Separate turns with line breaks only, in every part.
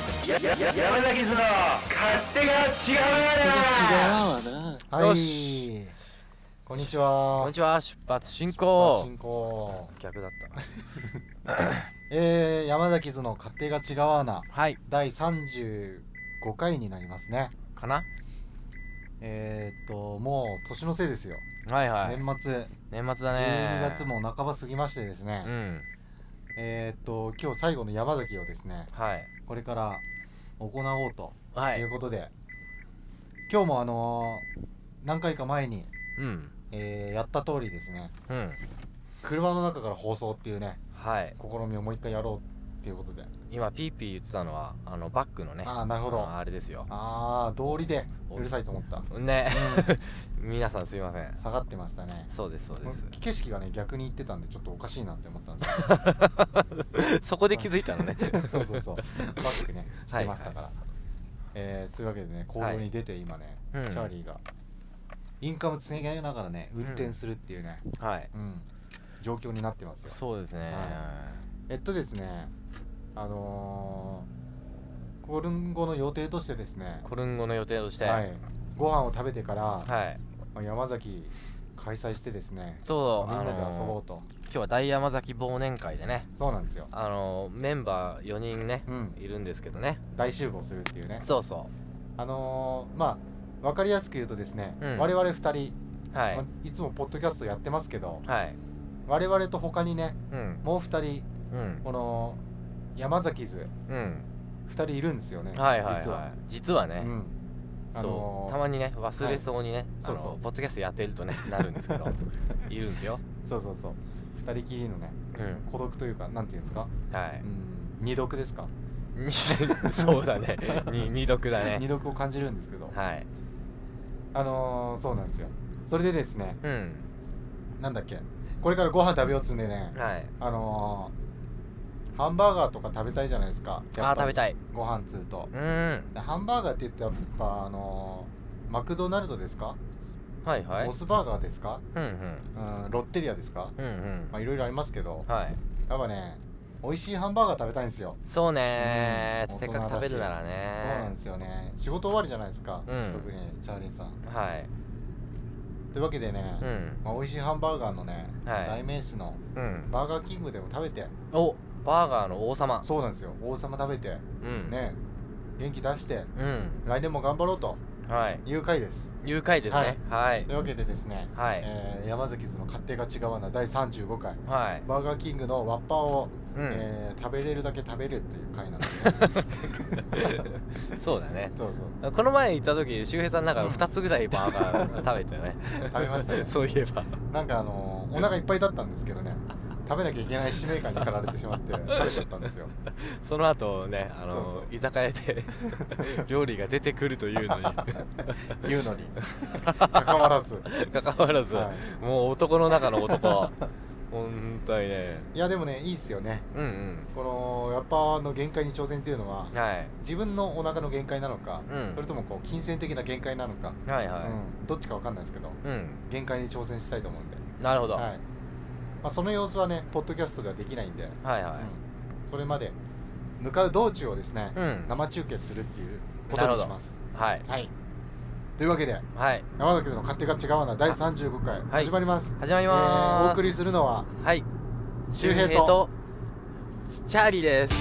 違
山崎の勝手が違う
うわな
は
よ
い
し
こんにち
こん
は
にちは出発進
あ
行
進行
逆だった
えー、山崎図の勝手が違う穴
はい
第35回になりますね
かな
えー、っともう年のせいですよ、
はいはい
年末
年末だね
12月も半ば過ぎましてですね、
うん
えー、っと今日最後の山崎をですね
はい
これから行おうと
はいいう
ことで、今日もあのー何回か前に、
うん
えーやった通りですね
うん
車の中から放送っていうね
はい
試みをもう一回やろうっていうことで、
今ピーピー言ってたのはあのバックのね
ああなるほど
ああれですよ
ああ道理でうるさいと思った
ね 皆さんすいません
下がってましたね
そうですそうです
景色がね逆に行ってたんでちょっとおかしいなって思ったんですよ
そこで気づいたのね
そうそうそうバックねしてましたから、えーというわけでね行動に出て今ね、
うん
チャーリーがインカムつなげながらね運転するっていうね、
はい
うん状況になってますよ
そうですね
えっとですねあのー、今後の予定としてですね
コルンゴの予定として
は、
はい
ご飯を食べてから、
い
まあ山崎開催してですね
そう
みん
あ
なで
の
遊ぼうと、
今日は大山崎忘年会でね
そうなんですよ
あのメンバー4人ね
うん
いるんですけどね
大集合するっていうね
そうそ
あのー、まあ分かりやすく言うとですね、
うん
我々2人、
うはいい
まあ、いつもポッドキャストやってますけど
はい
我々と他にね
うん
もう2人
うん
この山崎図
うん
2人いるんですよね、
はいはい
実は、
はい実はね
うんあ
そ
の
う
ー
たまにね忘れそうにねあ
そう
の
そう
ポッドキャストやってるとねなるんで すけどいるんですよ
そうそうそう2人きりのね
うん
孤独というかなんていうんですか、
は
う
い
ん、二読ですか、
に そうだねに二読だ
二
ね
読を感じるんですけど、
はい
あのー、そうなんですよそれでですね
うん
なんだっけこれからご飯食べようっつうんでね
はい
あのー、ハンバーガーとか食べたいじゃないですか
あー食べ
い
たい
ご飯つうと
うんは
でハンバーガーって言ったらやっぱあのー、マクドナルドですか、
いはい
モスバーガーですか、
うんうん
うん、ロッテリアですか
うんうん
まあいろいろありますけど
はい
やっぱね美味しいハンバーガー食べたいんですよ
そうね
うん
せっかく食べるなら
そうなん
ね
ですよね仕事終わりじゃないですか、
うん
特にチャーリーさん
はい
というわけでね、
うん
まあ、美味しいハンバーガーのね、
はい
代名詞の
うん
バーガーキングでも食べて
おバーガーの王様
そうなんですよ王様食べて
うん
ね元気出して
うん
来年も頑張ろうと
はい
いう回です
誘拐ですねはい
というわけでですね、
はい
えー山崎図の勝手が違うな第35回
はい
バーガーキングのワッパーを、
うん
えー食べれるだけ食べるという回なんです ね
そうだね
そうそう
この前行った時周平さんなんか2つぐらいバーガー食べてね
食べましたね
そういえば
なんかあのーお腹いっぱいだったんですけどね食べなきゃいけない使命感に駆られてしま って食べちゃったんですよ
その後ねあの
そうそう
居酒 屋で料理が出てくるというのに
言うのに 関わらず
かかわらず、
は
もう男の中の男 本当にね
いやでもねいいっすよね
うん
このやっぱの限界に挑戦っていうのは
うんはい
自分のお腹の限界なのか、
うん
それともこう金銭的な限界なのか、
はいは
うん、どっちかわかんないですけど
いうん、
限界に挑戦したいと思うんで、
なるほど、
はいまあ、その様子はねポッドキャストではできないんで、
はい
うん
は、
それまで向かう道中をですね、
うん
生中継するっていうこ
な
とに
るほど
します
いはい
はいというわけで
はい
山崎での勝手が違うな第35回
はい
始まります、
始まりまーす
えーお送りするのは
はい
周平と
チャーリーです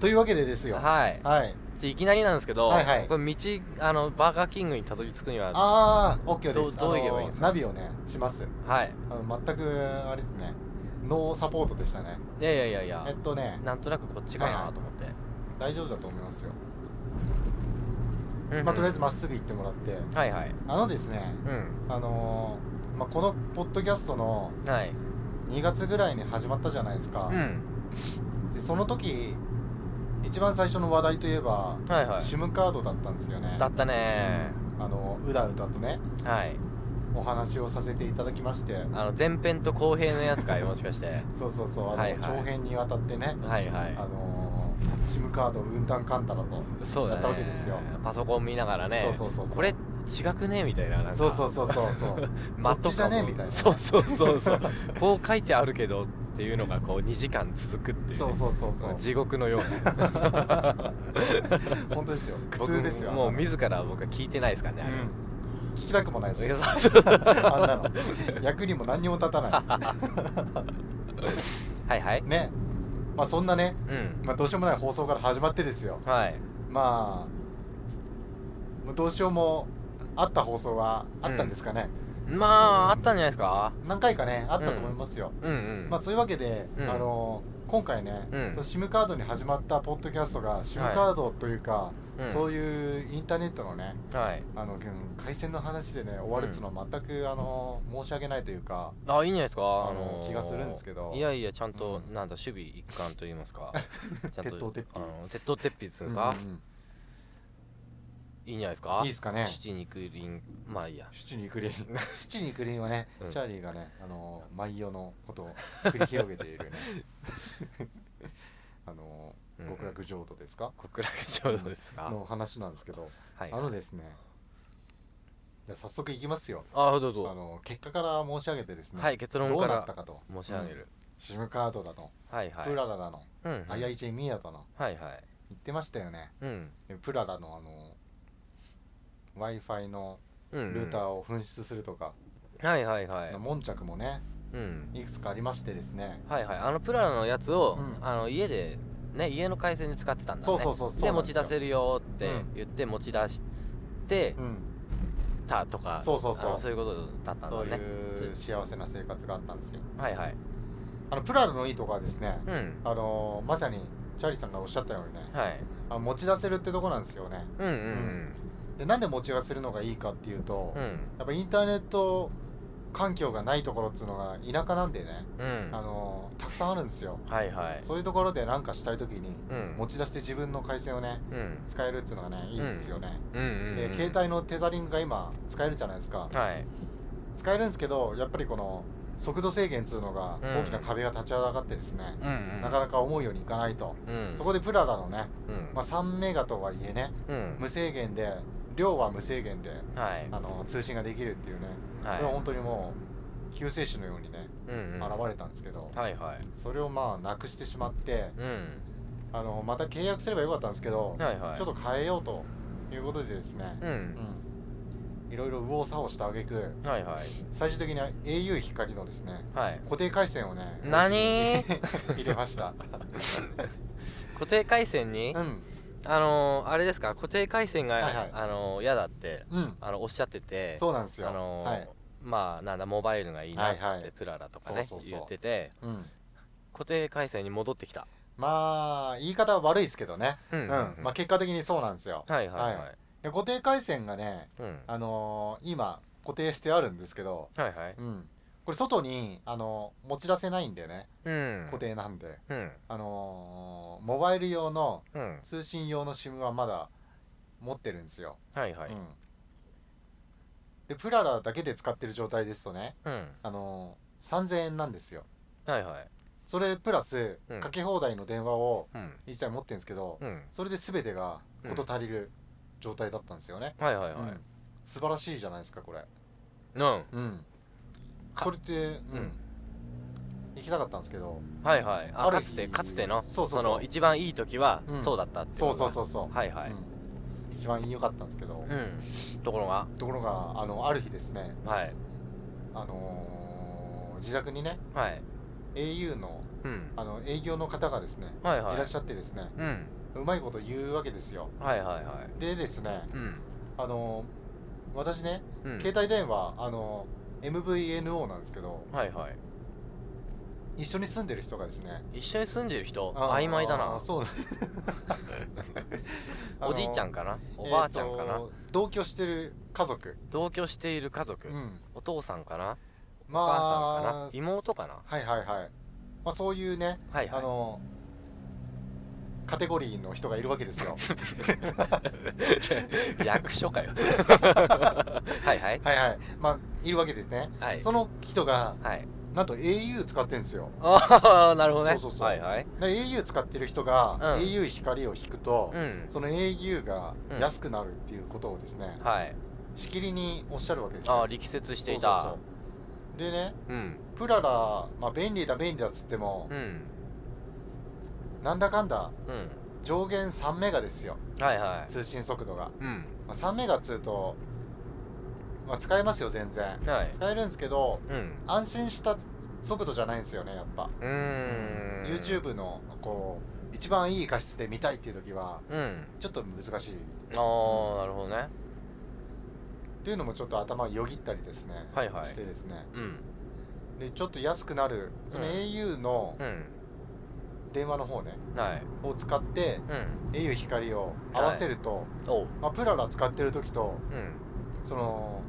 というわけでですよ
はい
はい
ちょいきなりなんですけど、
はいはい
これ道あのバーガーキングにたどり着くには
ああ OK です
どうどう言えばいいんですか
あのナビをねします
はい
あの全くあれですねノーサポートでしたね
いやいやいやいや
えっとね
なんとなくこっちかなと思って、
大丈夫だと思いますよ、
うんうん
まあ、とりあえずまっすぐ行ってもらって
はいはい
あのですね
うん
あのーまあ、このポッドキャストの
はい
2月ぐらいに始まったじゃないですか
う、ん
でその時一番最初の話題といえば、
はいはい
SIM カードだったんですよね
だったね
あのうだうだとね
はい
お話をさせていただきまして
あの前編と後編のや つかいもしかして
そうそうそうあの、
はいはい
長編にわたってね、
はいは
あ
い
のー、SIM カードうんたんかんたらと
そうだ
や
ね
ったわけですよ
パソコン見ながらね
そうそうそうそう
これ違くねみたいななんか
そうそうそうそうそう
マッ
こ
ト
っちじゃ
感
ね
も
みたいな
そうそうそ うそうこう書いてあるけどっていうのがこう2時間続くっていうね、
そうそうそうそう
地獄のよう な
本当ですよ苦痛ですよ
僕ももう自ら僕は聞いてないですからねあれ
うん聞きたくもないです
い
よ
や そうそう
あんなの役にも何にも立たな
はいはい
いねまあそんなね、
うん
まあ、どうしようもない放送から始まってですよ
はい
まあもうどうしようもあった放送はあったんですかね、
まああったんじゃないですか
何回かねあったと思いますよ、
うんうん
まあそういうわけで、
うん
あの今回ね、
うん
その SIM カードに始まったポッドキャストが SIM カードというか、
うん
そういうインターネットのね
はい
あのうん回線の話でね終わるっつうのは全く、あの申し訳ないというか
あいいんじゃないですか、
あの
ー
気がするんですけど
いやいやちゃんと、
う
なんだ守備一貫と言います かちゃんと
鉄塔鉄
あ
壁
の鉄塔鉄壁っつうんですか、
うんうん
いいんじゃないですか
いいですかね
七肉林まあいいや
シチュニクリーン シチュニクリーンはね、
うん
チャーリーがねあの毎夜のことを 繰り広げているね あの
うん
極楽浄土ですか、
極楽浄土ですか
の話なんですけど
はい
あのですねじゃあ早速いきますよ
あどう
あ
ぞ
の結果から申し上げてですね、
はい結論
どう
か
なった
ら
かと
申し上げる、
SIM カードだの、
はいはい
プララだの、
うんうん
アイアイジェミーだとの
はいはい
言ってましたよね
うん
でプララのあの w i f i の
うんうん
ルーターを紛失するとか、
はいはいはい
悶着もね
うん
いくつかありましてですね
はいはいあのプラのやつを、
うん
あの家でね家の回線で使ってたんだね
そうそうそうそう
で
なん
持
です
ち
よ
出せるよって言って持ち出して
うん
たとか、
そうそうそう
あのそういうことだったん
そう
だね
いう幸せな生活があったんですよ
うはいはい
あのプララのいいとこはですね
うん
あのまさにチャーリーさんがおっしゃったようにね
はい
あの持ち出せるってとこなんですよね
うんうん
でなんで持ち出せるのがいいかっていうと、
うんうん
やっぱインターネット環境がないところっつうのが田舎なんでね、
うん
あのたくさんあるんですよ
はいはい
そういうところで何かしたい時に
うん
持ち出して自分の回線をね
うん
使えるっつうのがねいいですよね、
うんうん
で
うん
携帯のテザリングが今使えるじゃないですか
はい
使えるんですけどやっぱりこの速度制限っつうのが
うん
大きな壁が立ち上がってですね、
うんうん
なかなか思うようにいかないと、
うん
そこでプララのね、
うん
まあ、3メガとはいえね
うん
無制限で量は無制限で
はい
あの通信ができるっていうね、
はい
これは本当にもう救世主のようにね
うんうん
現れたんですけど、
はいはい
それをまあなくしてしまって
うん
あのまた契約すればよかったんですけど、
はいはい
ちょっと変えようということでですね、
う
うんいろいろ右往左往した挙句
はいはい
最終的には au 光のですね
はい
固定回線をね
何
入れま した、
固定回線に
うん
あのーあれですか固定回線が
はいはい
あのー嫌だって
うん、
あのおっしゃってて
そうなんですよ、
あのー
はい、
まあなんだモバイルがいいなっつ
はい
っ
はい
てプララとかね
そうそうそう
言ってて
うん、
固定回線に戻ってきた
まあ言い方は悪いですけどね、
うん
うんまあ、結果的にそうなんですよ、
はいはい
は
はい
いで固定回線がね
うん
あのー今固定してあるんですけど、
はいはい
うん、これ外に、あのー持ち出せないんでね
うん
固定なんで、
うん
あのーモバイル用の
うん
通信用の SIM はまだ持ってるんですよ、
はいはい
うん、でプララだけで使ってる状態ですとね、
うん
あのー3000円なんですよ
はいはい
それプラス、
うん
かけ放題の電話を
うん
一台持ってるんですけど、
うん
それで全てが事足りる状態だったんですよね、
はいはいはい
うん素晴らしいじゃないですかこれ
うん
うんそれって、うん
うん
行きたかったんですけど
はいはいあ
ある
かつてかつての
そうそうそう
の一番いい時は
うん
そうだったってい
そうそう
う
そうそう、
はいはい
うん一番良かったんですけど、
うんところが
ところがあのある日ですね
はい
あのー自宅にね
はい
au の
うん
あの営業の方がですね、
はいはい
いらっしゃってですね
うん
うまいこと言うわけですよ
はいはいは
でですね
いうん
あのー私ね、
うん
携帯電話あのー MVNO なんですけど
はいはい
一緒に住んでる人がですね
一緒に住んでる人
あー
曖昧だな
そうあの
おじいちゃんかなおばあちゃんかな、
えーと同居してる家族
同居している家族、
うん
お父さんかな
ま
お母さんかな、
あ
妹かな
はいはいはい、まあ、そういうね、
はいはい
あのカテゴリーの人がいるわけですよ
役 所かよはいはい
はいはいまあいるわけですね、
はい
その人が
はい
なんと au 使ってるんですよ
ああなるほどね
そうそうそう
はいはい
で au 使ってる人が、
うん
au 光を引くと、
うん
その au が
うん
安くなるっていうことをですね、
はい
しきりにおっしゃるわけですよ
ああ力説していた
そうそうそうでね
うん
プララ、まあ、便利だ便利だっつっても
う、ん
なんだかんだ
う
上限3メガですよ
んはいはい
通信速度が、
うん
まあ、3メガっつうと、まあ、使えますよ全然
はい
使えるんですけど
うん
安心した速度じゃないんですよねやっぱ、
うーん
YouTube のこう一番いい画質で見たいっていう時は
うん
ちょっと難しいっ
ああなるほどね
ていうのもちょっと頭をよぎったりですね、
はいはい
してですね
うん
でちょっと安くなるその
うん
au の
うん
電話の方ね
はい
を使って
うん
au 光を合わせると、
おう
まあ、プララ使ってる時と
うん
その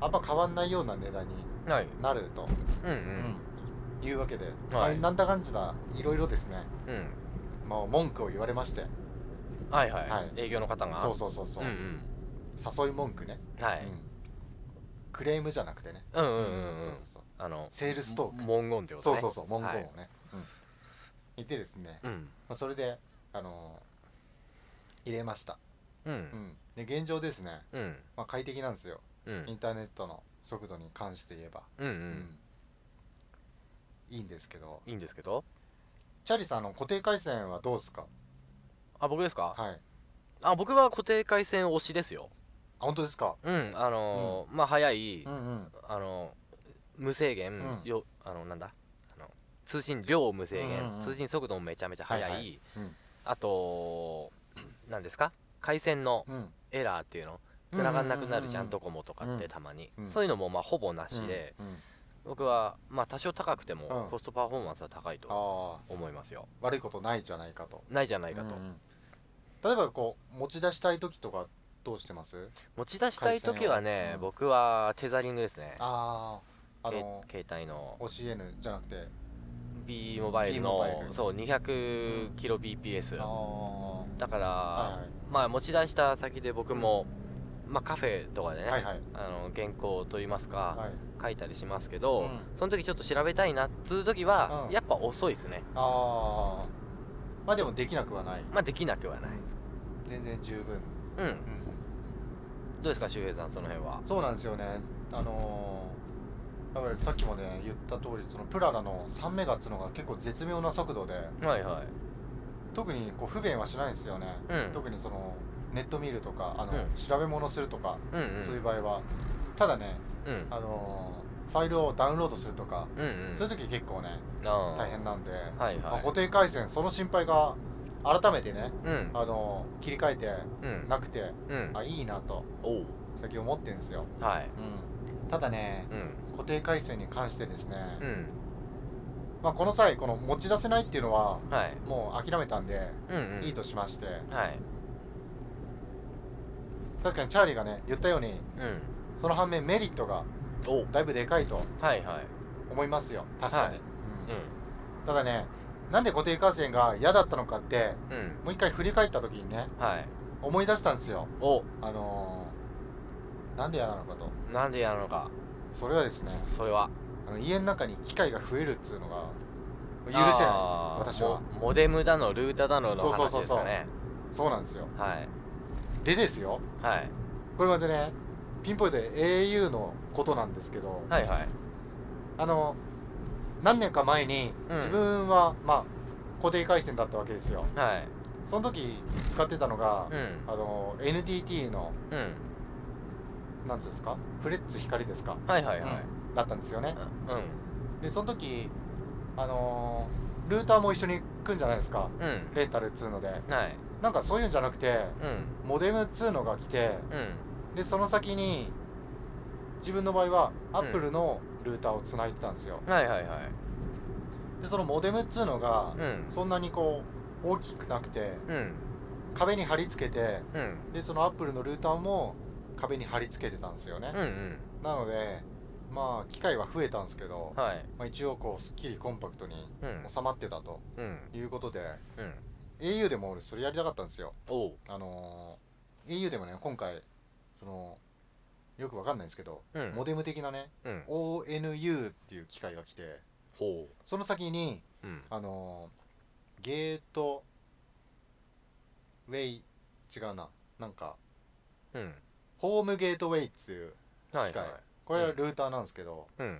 あんま変わんないような値段に
はい
なると、
うんうん
いうわけで、
は
はいい、なんだかんだいろいろですね、
うん
まあ、文句を言われまして
はいはい、
はい
営業の方が
そうそうそうそう、
うんうん
誘い文句ね、
は
う
い
ん、クレームじゃなくてね、
うんうんうんうん
そうそうそう
あの
セールストーク、
文言ってこと
そう
ね
そうそう文言を
は
ね、う
い
ん、いてですね、ま
うん
あ、それであのー入れました、
う
うんん、で現状ですね、
うん
まあ、快適なんですよ
うん
インターネットの速度に関して言えば、
うんう
うんいいんですけど
いいんですけど
チャリさんあの固定回線はどうですか
あ僕ですか
はい
あ僕は固定回線推しですよ
あ本当ですか
うんあのーまあ早い
うんうん
あの無制限、
うん
よあのなんだあの通信量無制限、
うんうんうん
通信速度もめちゃめちゃ速い、
はいはいうん
あと何ですか回線の
うん
エラーっていうの繋がんなくな
うんう
るじゃん,、
んうんうん
ドコモとかってたまに、
うん
そういうのもまあほぼなしで、
うんうん
僕はまあ多少高くて
う
も
ん
コストパフォーマンスは高いと
ああ
思いますよ、
悪いことないじゃないかと
ないじゃないかと、
うんうん例えばこう持ち出したい時とかどうしてます
持ち出したい時はね
回線はうん
僕はテザリングですね
あああ
け
の
携帯の
OCN じゃなくて
B モバイルの
B モバイル
そう200キロ BPS、
ああ
だから、
は
まあ持ち出した先で僕も、まあカフェとかで
い
ね、
はいはい
あの原稿といいますか、
はい
書いたりしますけど、
うん
その時ちょっと調べたいなっつう時は、
うん
やっぱ遅いですね
ああまあでもできなくはない
まあできなくはない
全然十分
うん、どうですか周平さんその辺は
そうなんですよねあのーやっぱりさっきもね言った通りそのプララの3メガっつうのが結構絶妙な速度で
はいはい
特にこう不便はしないんですよね、
うん
特にそのネット見るとかあの、
うん
調べ物するとか、
うん
そういう場合はただね
うんうん
あのーファイルをダウンロードするとか、
うんうん
そういう時結構ね
あー
大変なんで、
はい
まあ
はい
固定回線その心配が改めてね、
うん
あのー切り替えて
うん
なくて、
うん
あいいなと
おう
最近思ってるんですよ、
はい
ただね
うん
固定回線に関してですね、
うん
まあ、この際この持ち出せないっていうのは
はい
もう諦めたんで、
うんうん
いいとしまして
はい
確かにチャーリーがね言ったように
うん
その反面メリットが
おう
だいぶでかいと
はいはい
思いますよ確かに、
はい
うんただねなんで固定回線が嫌だったのかって
うんうん
もう一回振り返った時にね
はい
思い出したんですよ
おう
あのーなんで嫌なのかと
なんでやるのか
それはですね
それは
あの家の中に機械が増えるっつうのが許せない
あー
私は
もモデムだのルーターだのの
そうそう
話
そう
ですかね
そうなんですよ
はい
でですよ
はい
これまでねピンポイントで au のことなんですけど
はいはい
あの何年か前に
うん
自分は、まあ固定回線だったわけですよ
はい
その時使ってたのが、
うん
あの NTT の
うん
なんつうんですかフレッツ光ですか、
はいはいはい
うんだったんですよね
う
でその時あのールーターも一緒に来んじゃないですか
んうん
レンタルっつうので
はい
なんかそういうんじゃなくて
うん
モデムっつうのが来て
うん
でその先に自分の場合はアップルのルーターをつないでたんですよ、
はいはいはい
でそのモデムっつうのが、
うん
そんなにこう大きくなくて
うん
壁に貼り付けて
うん
でそのアップルのルーターも壁に貼り付けてたんですよね、
うん
なのでまあ機械は増えたんですけど
うん、はい
まあ、一応こうすっきりコンパクトに
うん
収まってたと
うん
いうことで、
うん
au でも俺それやりたかったんですよ
おう
あのー au でもね今回そのよくわかんないんですけど、
うん
モデム的なね
うん
ONU っていう機械が来て
ほ
その先に
ううん
あのーゲートウェイ違うななんか
うん
ホームゲートウェイっつう機
は
械、
いはい
これはルーターなんですけど、
うん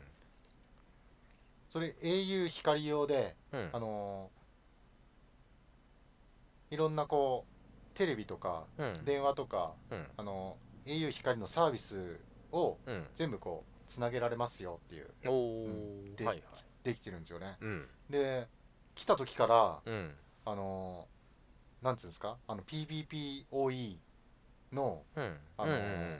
それ au 光用で
うん
あのーいろんなこうテレビとか
うん
電話とか、
うん
あの au 光のサービスを
うん
全部こうつなげられますよっていう
おお
うんで
はいはい
できてるんですよね
うん
で来た時から
うん
あのーなんていうんですかあの PBPOE の
うん
あのー
うんうん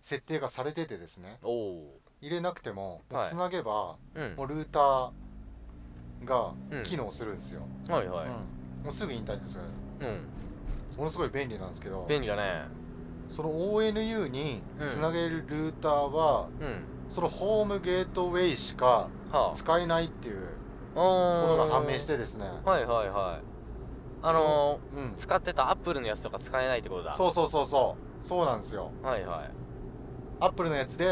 設定がされててですね
おお
入れなくてももう
はい
つなげば、
うん
もうルーターが
うん
機能するんですよ、
はいはい
もうすぐインターネットする
うん
ものすごい便利なんですけど
便利だね
その ONU に
うん
つなげるルーターは、
うん
そのホームゲートウェイしか
は
使えないっていう
あ
こと
こ
が判明してですね
はいはいはいあの
う
ー
ん
使ってたアップルのやつとか使えないってことだ
そうそうそうそうそうなんですよ
はいはい
アップルのやつで、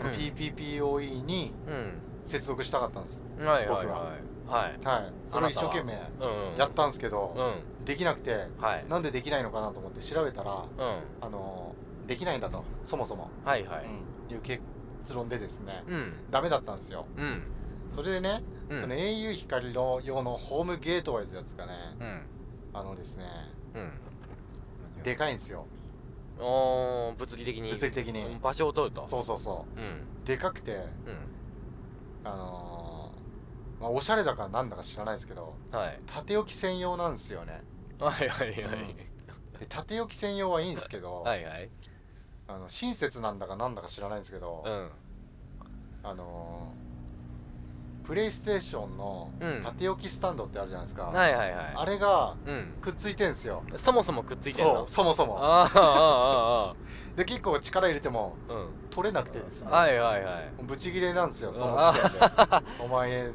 うん
PPPOE に
うん
接続したかったんです
はいは
僕
い
は
はいはい
はいそれを一生懸命
うんうん
やったんですけ
う
ど、
ん
できなくて
はい
なんでできないのかなと思って調べたら
うん
あのできないんだとそもそも、
はいはい
いう結論でですね、
うん
ダメだったんですよ
うん
それでね、
うん
その au 光の用のホームゲートウェイってやつがね、
うん
あのですね、
うん
でかいんですよ。
おー物理的に
物理的に
うん場所を取ると
そうそうそう
うん
う。でかくて、
うん
あのーまあ、おしゃれだかなんだか知らないですけど、
はい
縦置き専用なんですよね。
はいはいはい
で縦置き専用はいいんですけど、
はいはい
あの親切なんだかなんだか知らないんですけど、
うん
あのープレイステーションの
うん
縦置きスタンドってあるじゃないですか。
はいはいはい
あれが
うん
くっついてんすよ。
そもそもくっついてん
そ
の
う、そもそも。
あーあ
で、結構力入れても
ーあーあーうん
取れなくてですね。
はいはいはい
ブチギレなんですよその時点でお前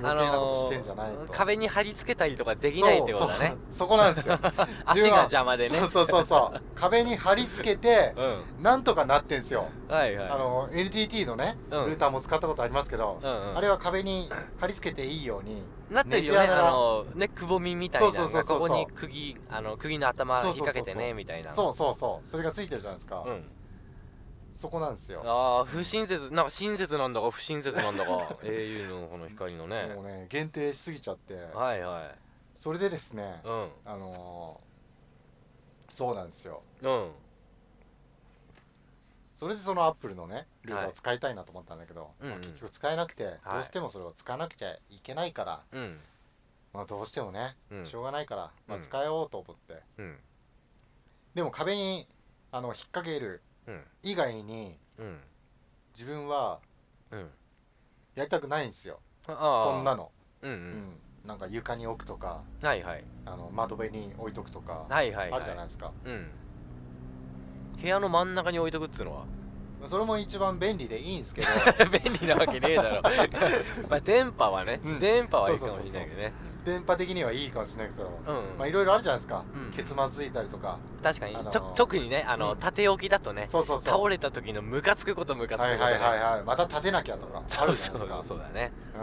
余計なことしてんじゃないと、
あのー壁に貼り付けたりとかできないってことだね
そうそうそこなんですよ
足が邪魔でね
そうそうそうそう壁に貼り付けて
うん
なんとかなってんすよ、
はいはい
あの NTT のね、
うん
ルーターも使ったことありますけど、
うんうん
あれは壁に貼り付けていいように
なってるよね
ネジ穴
あ
が
のねくぼみみたいな
そう
の
そう
が
そうそう
ここに釘あの釘の頭
そう
引っ
そうそう
掛
そう
けてねみたいな
そうそうそうそれがついてるじゃないですか、
うん
そこなんですよ
ああ不親切なんか親切なんだか不親切なんだか au のこの光のね
もうね限定しすぎちゃって
はいは
それでですね
いうん
あのーそうなんですよ
うん
それでそのアップルのねルーター
は
を
い
使いたいなと思ったんだけど、
うんうん
まあ結局使えなくて、どうしてもそれを使わなくちゃいけないから、
うん
まあ、どうしてもね、
うん
しょうがないから、まあ、
うん
使おうと思って、
うん
でも壁にあの引っ掛ける
うん
以外に
うん
自分は
うん
やりたくないんですよ
ああ
そんなの、
うんう
うん
ん
なんか床に置くとか
はいはい
あの窓辺に置いとくとか、
はいはい
あ
は
るじゃない
い
ですか
うん部屋の真ん中に置いとくっつうのは
それも一番便利でいいんですけど
便利なわけねえ だろまあ電波はね
うん
電波はいい
そ
か
うそう
も
そう
し
そう
れないけどね
電波的にはいいかもしれないけど、
うん
まあいろいろあるじゃないですか、
うん
けつまずいたりとか
確かに
あのー
ちょ特にねあ
う
の
ん
縦置きだとね
そうそうそう
倒れた時のムカつくことムカつく
は
こ
い
と
はいはい
ね
はいまた立てなきゃとかあ
そ
る
う
じゃ
そ
な
う
いですか
そうそうだね
う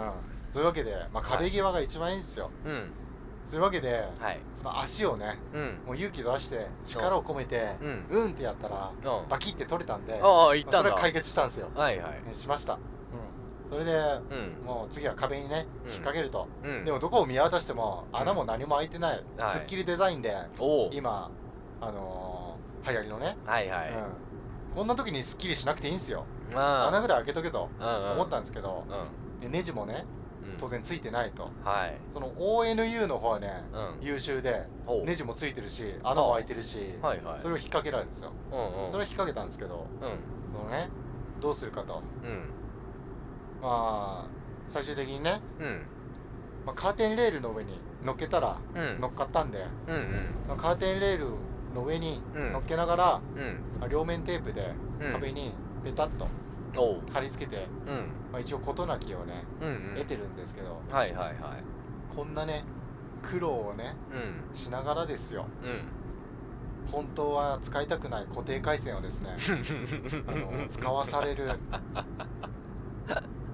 んそういうわけで、まあ、壁際が一番いいんですよ、
うん
そういうわけで、
はい
その足をね
うん
もう勇気出して力を込めて
う
うん、ってやったら
うん
バキって取れたんで、まあ
ああ行っ
そ
たん
れ
だ
は解決したんですよ、
はいはい
ねしました、うん、それで、
うん
もう次は壁にね
うん
引っ掛けると、
うん
でもどこを見渡しても穴も何も開いてない、
はい
すっきりデザインで
おお
今あのー流行りのね、
はいはい
うん、こんな時にすっきりしなくていいんですよ穴
あ
ぐらい開けとけと
あ
思ったんですけど、
うん
でネジもね
うん
当然ついてないと
はい
その ONU の方はね、
うん
優秀で
お
ネジもついてるし穴も開いてるし、
はいはい
それを引っ掛けられるんですよ
うんうん
それを引っ掛けたんですけど
うん
そのねどうするかと
うん
まあ最終的にね、
うん
まあ、カーテンレールの上に乗っけたら
うん
乗っかったんで、
うん
カーテンレールの上に
うん
乗っけながら、
うんうん
まあ両面テープで
うん
壁にペタッと
おう
貼り付けて、
うん
まあ、一応事なきをね
うんうん
得てるんですけど
はいはいはい
こんなね苦労をね
うん
しながらですよ
うん
本当は使いたくない固定回線をですねあの使わされ る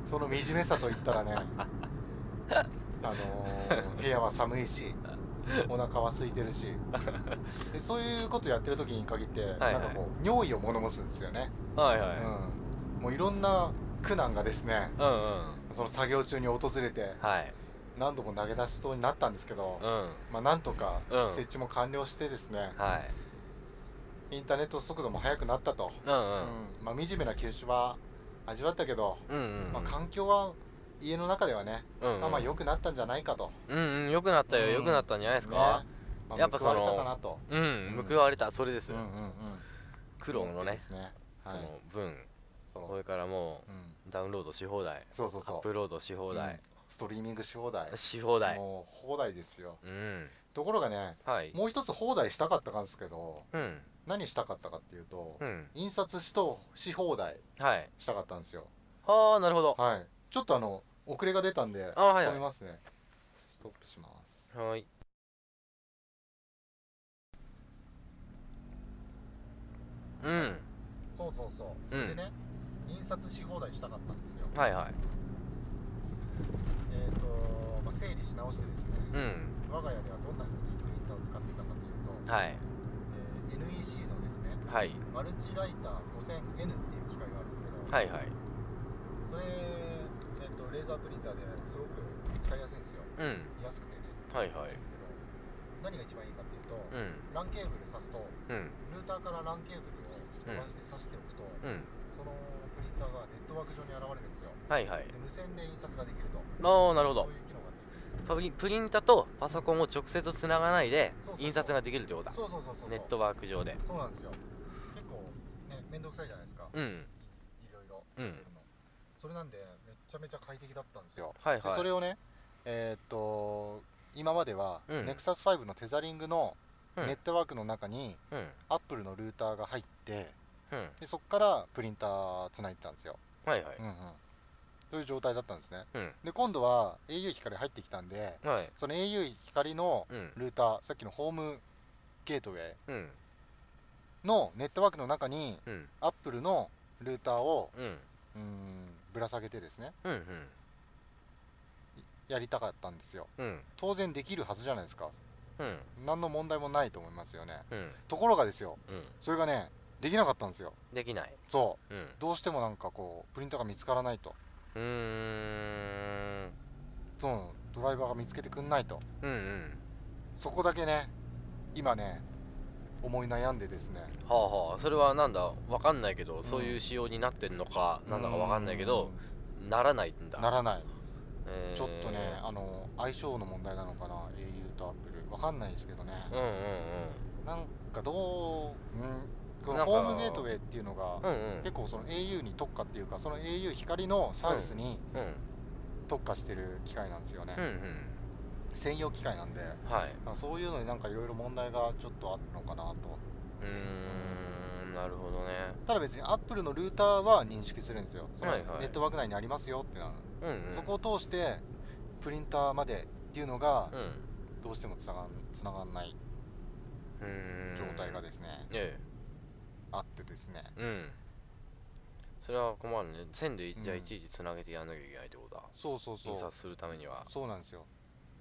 その惨めさといったらねあの部屋は寒いしお腹は空いてるしでそういうことやってる時に限って、
はい
なんかこう尿意を物申すんですよね、
はいはい
うん、もういろんな苦難がですね
うんうん
その作業中に訪れて
はい
何度も投げ出しそうになったんですけど、
うん
まあ、なんとか
うん
設置も完了してですね、
はい
インターネット速度も速くなったと、
うんう
うん
ん
まあ、惨めな休止は味わったけど、
うんうん
まあ、環境は家の中ではね、
うんうん
まあまあ良くなったんじゃないかと、
うんうん良くなったよ
うん
良くなったんじゃないで
ね
すか
まあ、
やっぱ
報われ
そ
た
の
かなと、
うん
うん
報われたそれです
うんうんうん、
苦労のね
ですね、
そ
はい、
の分
そう
これからも
うん、
うダウンロードし放題
そうそう
アッ
そう
プロードし放
うん
題
ストリーミングし放題
し放題
もう放題ですよ
うん
ところがね
はい
もう一つ放題したかったんですけど
うん
何したかったかっていうと、
うん
印刷しとし放題
はい
したかったんですよ
はあなるほど
はい。ちょっとあの遅れが出たんで、
あはいは
止
い
めますね。ストップします。
はいうん
そうそうそう。それでね、印刷し放題したかったんですよ。
はいはい
えっ、と、まあ、整理し直してです
う
ね、
ん
我が家ではどんな風にプリンターを使っていたかというと、
はい
えー NEC のですね、
はい
マルチライター 5000N っていう機械があるんですけど、
はいはい
それ、えっとレーザープリンターですごく使いやすいんですよ。
うん
安くてね。
はいはい
ですけど、何が一番いいかっていうと、
うん
ランケーブル挿すと、
うん
ルーターからランケーブルを伸ばして挿しておくと、
うん
そのプリンターがネットワーク上に現れるんですよ
はいはい
で無線で印刷ができると
ああなるほど
そういう機能がついてるんですよ
プリプリンタとパソコンを直接つながないで
そうそうそう
印刷ができるってことだ
そうそうそうそう
ネットワーク上で
そうなんですよ結構ね面倒くさいじゃないですか、い
うん
いろいろ
うん
作るのそれなんでめちゃめちゃ快適だったんですよ、
はい
で
はい
それをねえーっと今までは、
うん
NEXUS5 のテザリングの
う
ネ
ん
ットワークの中に、
うん
Apple のルーターが入って
うん
でそこからプリンターつないでたんですよ
はいはい
うんうん、という状態だったんですね
うん
で今度は au 光入ってきたんで
はい
その au 光の
うん
ルーターさっきのホームゲートウェイ
うん
のネットワークの中に
うん
Apple のルーターを
うん
うーんぶら下げてですね
うん
やりたかったんですよ
うん
当然できるはずじゃないですか
うん
何の問題もないと思いますよね
うん
ところがですよ
うん
それがねできなかったんですよ
できない
そう
うんう
どうしてもなんかこうプリンターが見つからないと
ーん
そのドライバーが見つけてくんないと
うんうん
そこだけね今ね思い悩んでですね
はあはあそれはなんだわかんないけどそういう仕様になってんのかなんだかわかんないけどならないんだ
ならない
えー
ちょっとねあの相性の問題なのかな au と Apple わかんないですけどね
うんうん
なんかどう、うん、こ
な
の
んか
ホームゲートウェイっていうの
う
が
んうん
結構その au に特化っていうかその au 光のサービスに
うん
特化してる機械なんですよね、
うんうん
専用機械なんで
うんはい
まあそういうのになんかいろいろ問題がちょっとあるのかなと
うーんなるほどね
ただ別に Apple のルーターは認識するんですよその
は
ネ
いはい
ットワーク内にありますよってなる
うんうん
そこを通してプリンターまでっていうのが
うん
どうしてもつながんつながんないう
ーん
状態がですね、
え
あってですね
えうんそれは困るね線でじゃあ
うん
いちいちつなげてやんなきゃいけないってことだ
そうそうそう
印刷するためには
そうなんですよ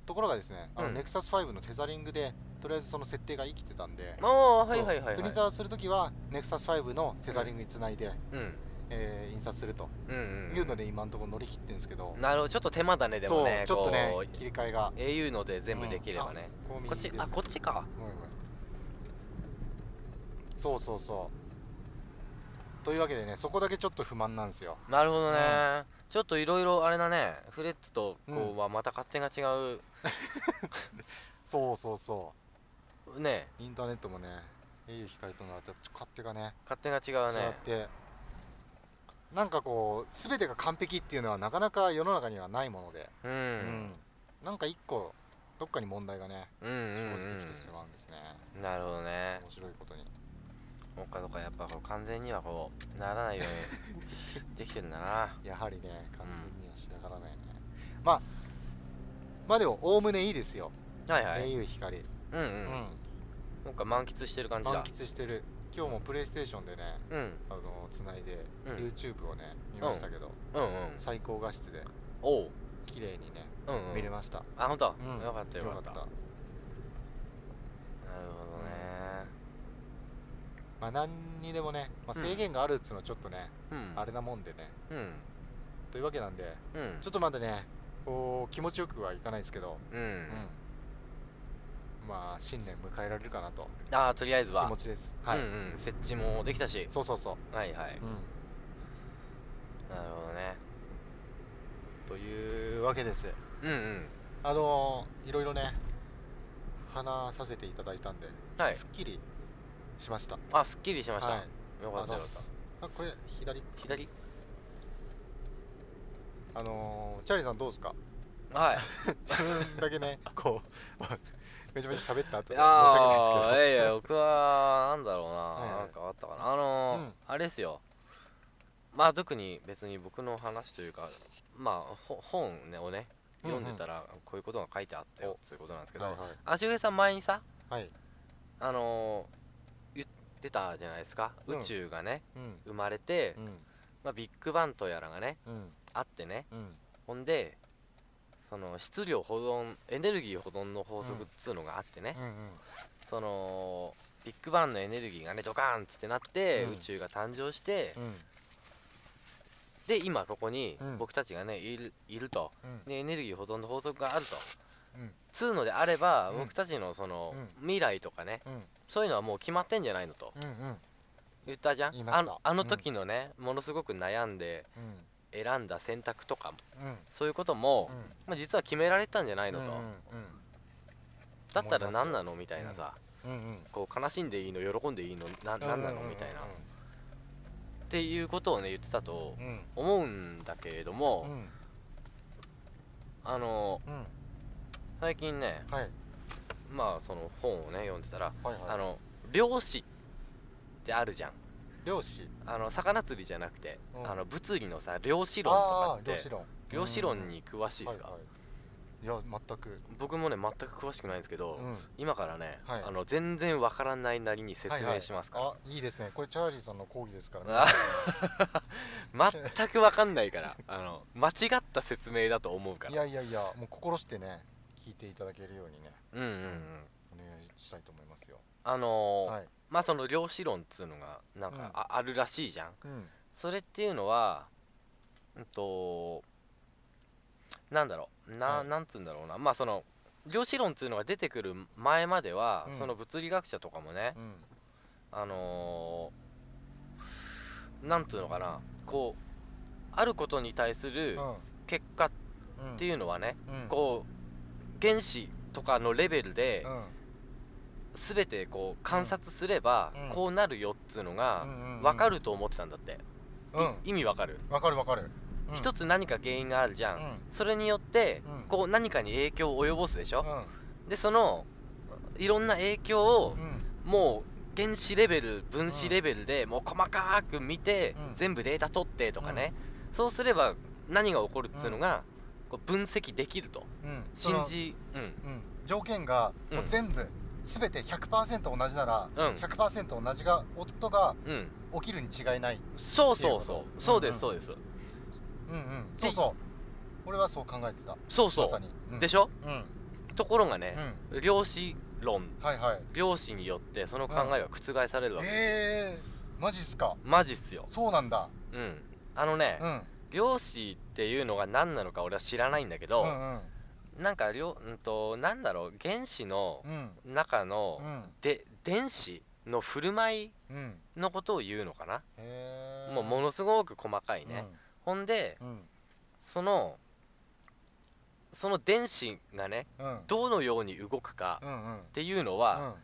ところがですねあの、
うん
NEXUS5 のテザリングでとりあえずその設定が生きてたんで
ああはい
そう
はいはい
プ
は
リ
い
ンターをするときは NEXUS5 のテザリングにつないで、
うん
えー印刷すると
うんうん
いうので今のところ乗り切ってるんですけど、
なるほどちょっと手間だねで
そ
も
う
ね
ちょっとね
こう
切り替えが
au ので全部できればね、
こう
こ
右で
っち
すね
あこっちか
ごめんごめんそうそうそうというわけでねそこだけちょっと不満なんですよ
なるほどね、ちょっといろいろあれだねフレッツとこ
うん
うはまた勝手が違う、
そうそうそ
ね
うインターネットもね au 光となると勝手がね
勝手が違う
そうや
ね
ってなんかこう全てが完璧っていうのはなかなか世の中にはないもので、
うん
うなんか一個どっかに問題がね
うんうん
生じてきてしまうんですね、
うんなるほどね
面白いことに
そうかそうかやっぱこう完全にはこうならないよう にできてるんだな
やはりね完全には仕上がらないね、まあまあでもおおむねいいですよ
は
「
いは
英
い
雄光」
うんう
うん
んなんか満喫してる感じ
満
だ
喫してる今日もプレイステーションでね
うんうん
あのつないで
うん
YouTube をね見ましたけど、
うん
最高画質で
おう
綺麗にね
うんうん
見れました、
あ本当よ
うん
かったよかったなるほどね
まあ何にでもね、まあ、
うん
制限があるっつうのはちょっとね、
うん
あれなもんでね
うん
というわけなんで
うん
ちょっとまだねこう気持ちよくはいかないですけど、
うん
まあ新年迎えられるかなと
ああとりあえず
気
は
持ちですはい、
うんうん設置もできたし
そうそうそう、
はいはい
うん
なるほどね
というわけです
うんうん
あのーいろいろね話させていただいたんで、
はい
すっきりしました
あすっきりしました
は
よか
あ
った
ざっ
よかっ
すあこれ左
た左
あのーチャーリーさんどうですか
はい
自分だけねこうめちゃめちゃ喋った後で申し訳ないですけど
ああいやいや僕はなんだろう
いは
ないなんかあったかなあのー
うん
あれですよまあ特に別に僕の話というかまあほ本ねをね
うんうん
読んでたらこういうことが書いてあったよそういうことなんですけど
はいはい
足毛さん前にさ
はい、
あのー言ってたじゃないですか
う
宇
ん
宙がね
うん
生まれて
うん
まあビッグバンとやらがね
うん
あってね
うん
ほんでその質量保存エネルギー保存の法則っつうのがあってね
うんうん
そのビッグバンのエネルギーがねドカーンっつってなって、
うん
宇宙が誕生して、
うん
で今ここに
うん
僕たちがねいるいると
うん
でエネルギー保存の法則があると、
うん
つうのであれば、
うん
僕たちのその、
うん
未来とかね
うん
そういうのはもう決まってんじゃないのと
うんうん
言ったじゃん
言いました
あのあの時のね、ものすごく悩んで
うん
選んだ選択とかも
うん
そういうことも、
うん
まあ、実は決められてたんじゃないの
うん
と、
う
だったら何なのみたいなさ、
んうんうん
こう悲しんでいいの喜んでいいのな何なのみたいな、っていうことをね言ってたと
うんうん
思うんだけれども、
うん
あの
うん
最近ね
はい
まあその本をね読んでたら、
はい
あ
はい
の漁師ってあるじゃん
漁師
あの魚釣りじゃなくて、
うん
あの物理のさ漁師論とか
ああ
っ
漁
て
師論
漁師論に詳しいですか、
はいはい、いや全く
僕もね全く詳しくないんですけど、
うん
今からね、
はい
あの全然わからないなりに説明しますから、
はいはい、あいいですねこれチャーリーさんの講義ですからね
あ 全くわかんないからあの間違った説明だと思うか
い
ら
やいやいやもう心してね聞いていただけるようにね
うんうんうん
お願いしたいと思いますよ
あのー
はい
まあその量子論っつうのがなんか、
うん
ああるらしいじゃん
うん
それっていうのはうんとなんだろうな,、
はい
なんつうんだろうなまあその量子論っつうのが出てくる前までは、
うん
その物理学者とかもね
う、ん
あのーなんつうのかなこうあることに対する結果っ
うん
ていうのはね、
うん
こう原子とかのレベルで
うん
全てこう観察すれば
うん
こうなるよっつうのが
うんうんうん
分かると思ってたんだって、
うん
意味わかる、
わかるわかる
一
つ
つ何か原因があるじゃん、
うん
それによって
うん
こう何かに影響を及ぼすでし
う
ょ、
ん
でそのいろんな影響を
うん
もう原子レベル分子レベルでもう細かく見て
うん
全部データ取ってとかね、そうすれば何が起こるっつうのがこう分析できると
うん
信じうん
そのうん条件が
うん
もう全部すべて100%同じなら
うん
100%同じが音が
うん
起きるに違いない
そうそう
って
そ
いうこ
う
と
そうです
うん
そうです
うんうんそうそう俺はそう考えてた
そう
ま
そ
さに
う
うん
でしょ
うんうん
ところがね量子論
はいはい
量子によってその考えが覆されるわけ
ええマジっすか
マジっすよ
そうなんだ
うんあのね
うん
量子っていうのが何なのか俺は知らないんだけど、
うんうん
なんか量うんとなんだろう原子の
うん
中の、
うん
で電子の振る舞い
うん
のことを言うのかな、
へえ
もうものすごく細かいね、ほんで
うん
そのその電子がね
うん
どのように動くか
うんうんうん
っていうのは、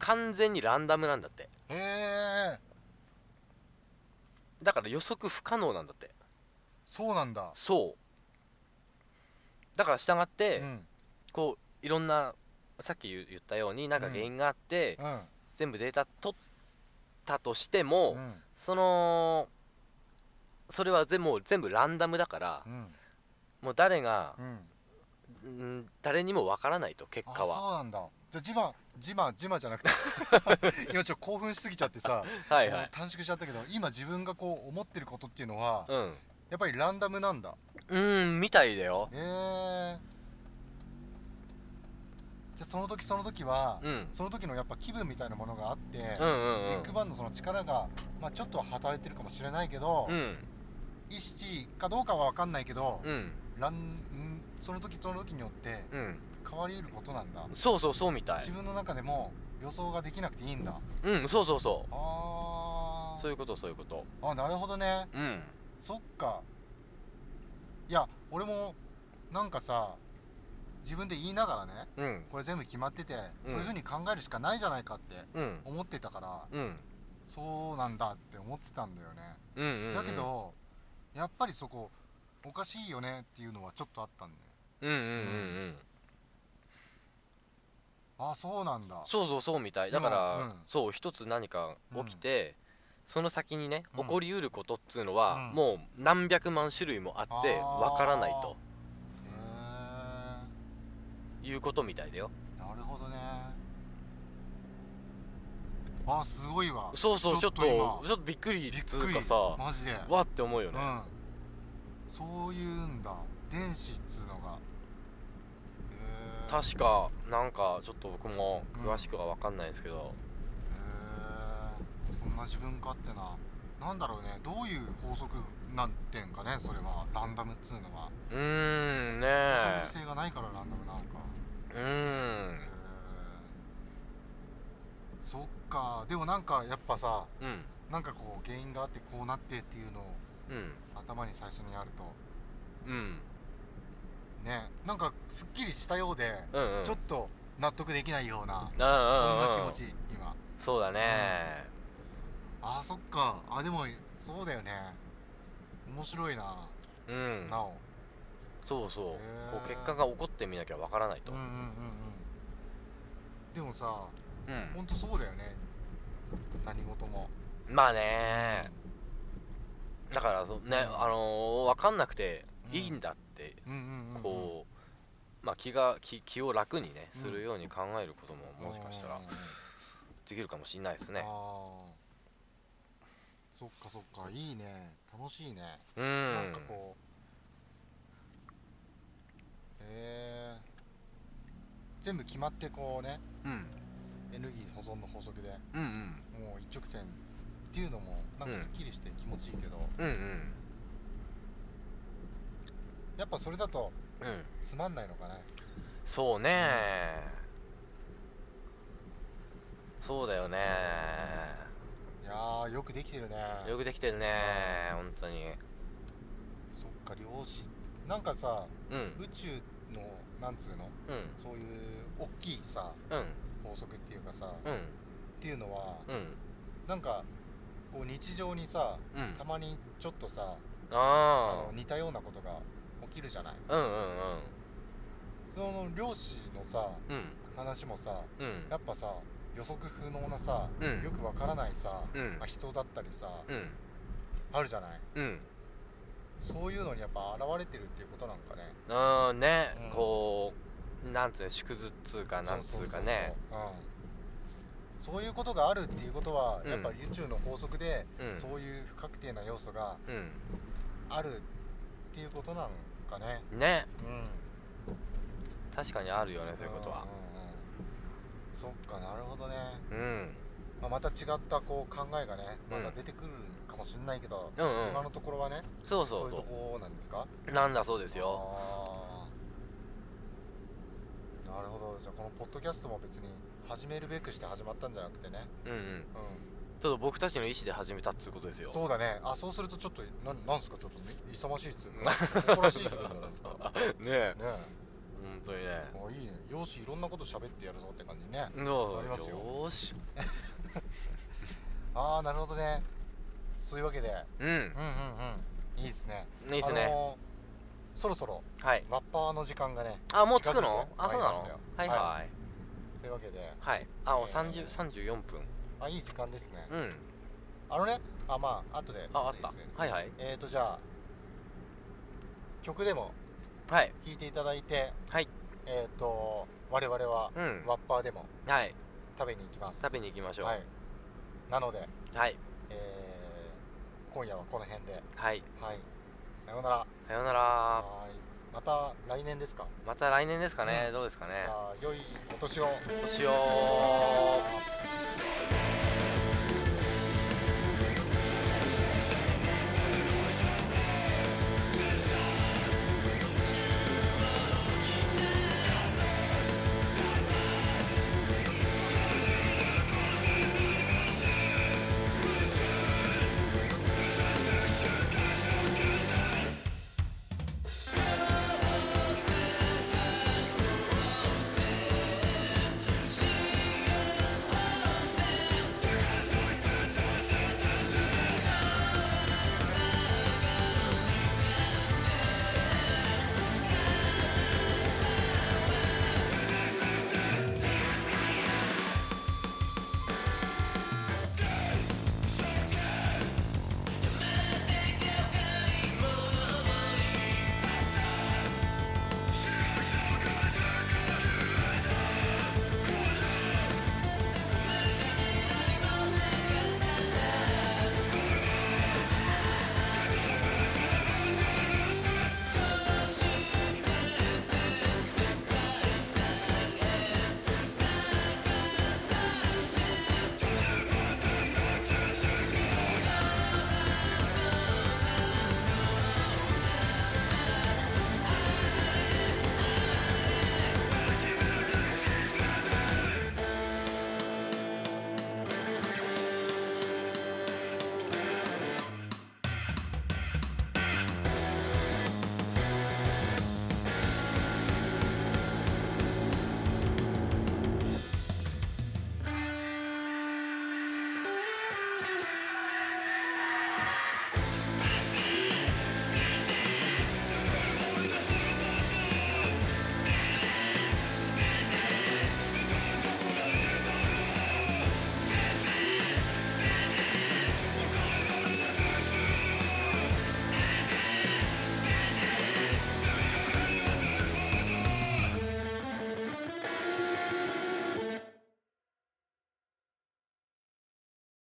完全にランダムなんだって
へえ
だから予測不可能なんだって
そうなんだ
そうだから従って、
うん
こういろんなさっき言言ったようになんか原因があって、
うん
全部データ取ったとしても、
うん
そのそれは全もう全部ランダムだから、
うん
もう誰が
う、ん
うん、誰にもわからないと結
あ
果は
そうなんだじゃあジマジマジマじゃなくて今ちょっと興奮しすぎちゃってさ
はいはい
短縮しちゃったけど今自分がこう思ってることっていうのは
うん
やっぱりランダムなんだ
うんみたいだよ
へえじゃあその時その時は、
うん
その時のやっぱ気分みたいなものがあって、
うんうん
ビ
うん
ッグバンのその力が、まあ、ちょっとは働いてるかもしれないけど、
うん
意識かどうかは分かんないけど、
うん
ランんその時その時によって
うん
変わりうることなんだ、
そうそうそうみたい
自分の中でも予想ができなくていいんだ
うんそうそうそ
あ
う
ー
そういうことそういうこと
あなるほどね
うん
そっかいや俺もなんかさ自分で言いながらね
うん
これ全部決まってて、
うん
そういうふうに考えるしかないじゃないかって
うん
思ってたから
うん
そうなんだって思ってたんだよね、
うんうんうん
だけどやっぱりそこおかしいよねっていうのはちょっとあったんだよ
うんうんうんうん
あそうなんだ
そうそうそうみたいだから、
うん
そう一つ何か起きて、その先にね
うん
起こりうることっつうのは、
うん
もう何百万種類もあって
あー
わからないと
へえ
いうことみたいだよ
なるほどねあすごいわ
そうそうちょっとちょ
今
っとびっくり
びっ
つう
く
か
り
さわ
マジで
ーって思うよ
う
ね、
んそういうんだ電子っつうのがへえへ
確かなんかちょっと僕も詳しくは分かんないですけど、
えそんな自分勝手ななんだろうねどういう法則なんてんかねそれはランダムっつうのは
うーんね
法
え
則性がないからランダムなんか
うーん
へえそっかでもなんかやっぱさ
うん
なんかこう原因があってこうなってっていうのを
うん
頭に最初にやると
うん
ねなんかすっきりしたようで、
うんうん
ちょっと納得できないような、
うんうんうん
そんな気持ち今
そうだね、
あーそっかあでもそうだよね面白いな、
うん
なお
そうそう
へー
こう結果が起こってみなきゃわからないと
うんうんうんうんでもさ
うん
ほんとそうだよね何事も
まあねだからそね
うん
あの分かんなくて
うん
いいんだって
うんうんうんうん
こうまあ気が気気を楽にね
うん
するように考えることももしかしたら
うんうんうん
できるかもしれないですね
あーそっかそっかいいね楽しいね、
うん
なんかこうへえ全部決まってこうね
うん
エネルギー保存の法則で
うんうん
もう一直線っていうのもなん
うん
かすっきりして気持ちいいけど、
うんうん
やっぱそれだと
うん
つまんないのかね
そうねそうだよね
いやーよくできてるね
よくできてるね本当に
そっか量子なんかさ
うん
宇宙のなんつうの
う
そういう大きいさ
んうん
法則っていうかさ、っ
うん
ていうのは
うん
なんかこう日常にさ
うん
たまにちょっとさ、あ
あ
の似たようなことが起きるじゃない
あうんうん
その量子のさ
うん
話もさ
うん
やっぱさ予測不能なさ、
うん
よくわからないさ、
うん
まあ、人だったりさ、
うん
あるじゃない
うん
そういうのにやっぱ現れてるっていうことなんかね
あーね、
うん
こうなんつうの縮図っつうかなんつ
そううそ
か
うそう
ね
そう、ん、そういうことがあるっていうことは、
うん
やっぱり宇宙の法則で、
うん
そういう不確定な要素が
う
あるっていうことなんかね
んね
うん
確かにあるよねそういうことは
んうんうんそっかなるほどね、
うん
まあ、また違ったこう考えがね
う
ま
ん
た出てくるかもしれないけど、
うんうん
今のところはね
そうそう
い
そう
とこなんですか
うなんだそうですよ
あーなるほどじゃあこのポッドキャストも別に始めるべくして始まったんじゃなくてね、
うんうん
う
ちょっと僕たちの意思で始めたっつうことですよ
ん、そうだねあそうするとちょっとななんすかちょっとね勇ましいっ つうか誇らしい気分じゃないですかね
ねえ
え
本当にね
もういいねよしいろんなこと喋ってやるぞって感じね
そう
ありますよ
よーし
ああなるほどねそういうわけで
うん
うんうんうんいいですね
いいですね
あのーそろそろ
はい
ラッパーの時間がね
あもう着
近
くの
づいて
あそうな
ま
の
いりましたよ
はい
はい
はい
というわけで
はいあお
えー
30 34分
あいい時間ですね
うん
あのねあまあ後で
ああっ
後で
た
ですね
はいはい
えーとじゃあ曲でも
はい
聴いていただいて
はい
えーと我々は
うん
ワッパーでも
はい
食べに行きます
食べに行きましょう
はいなので
はい
えー今夜はこの辺で
はい
はいさようなら
さようなら
はーいまた来年ですか
また来年ですかねどうですかね
あー良いお年を
お年を
さようなら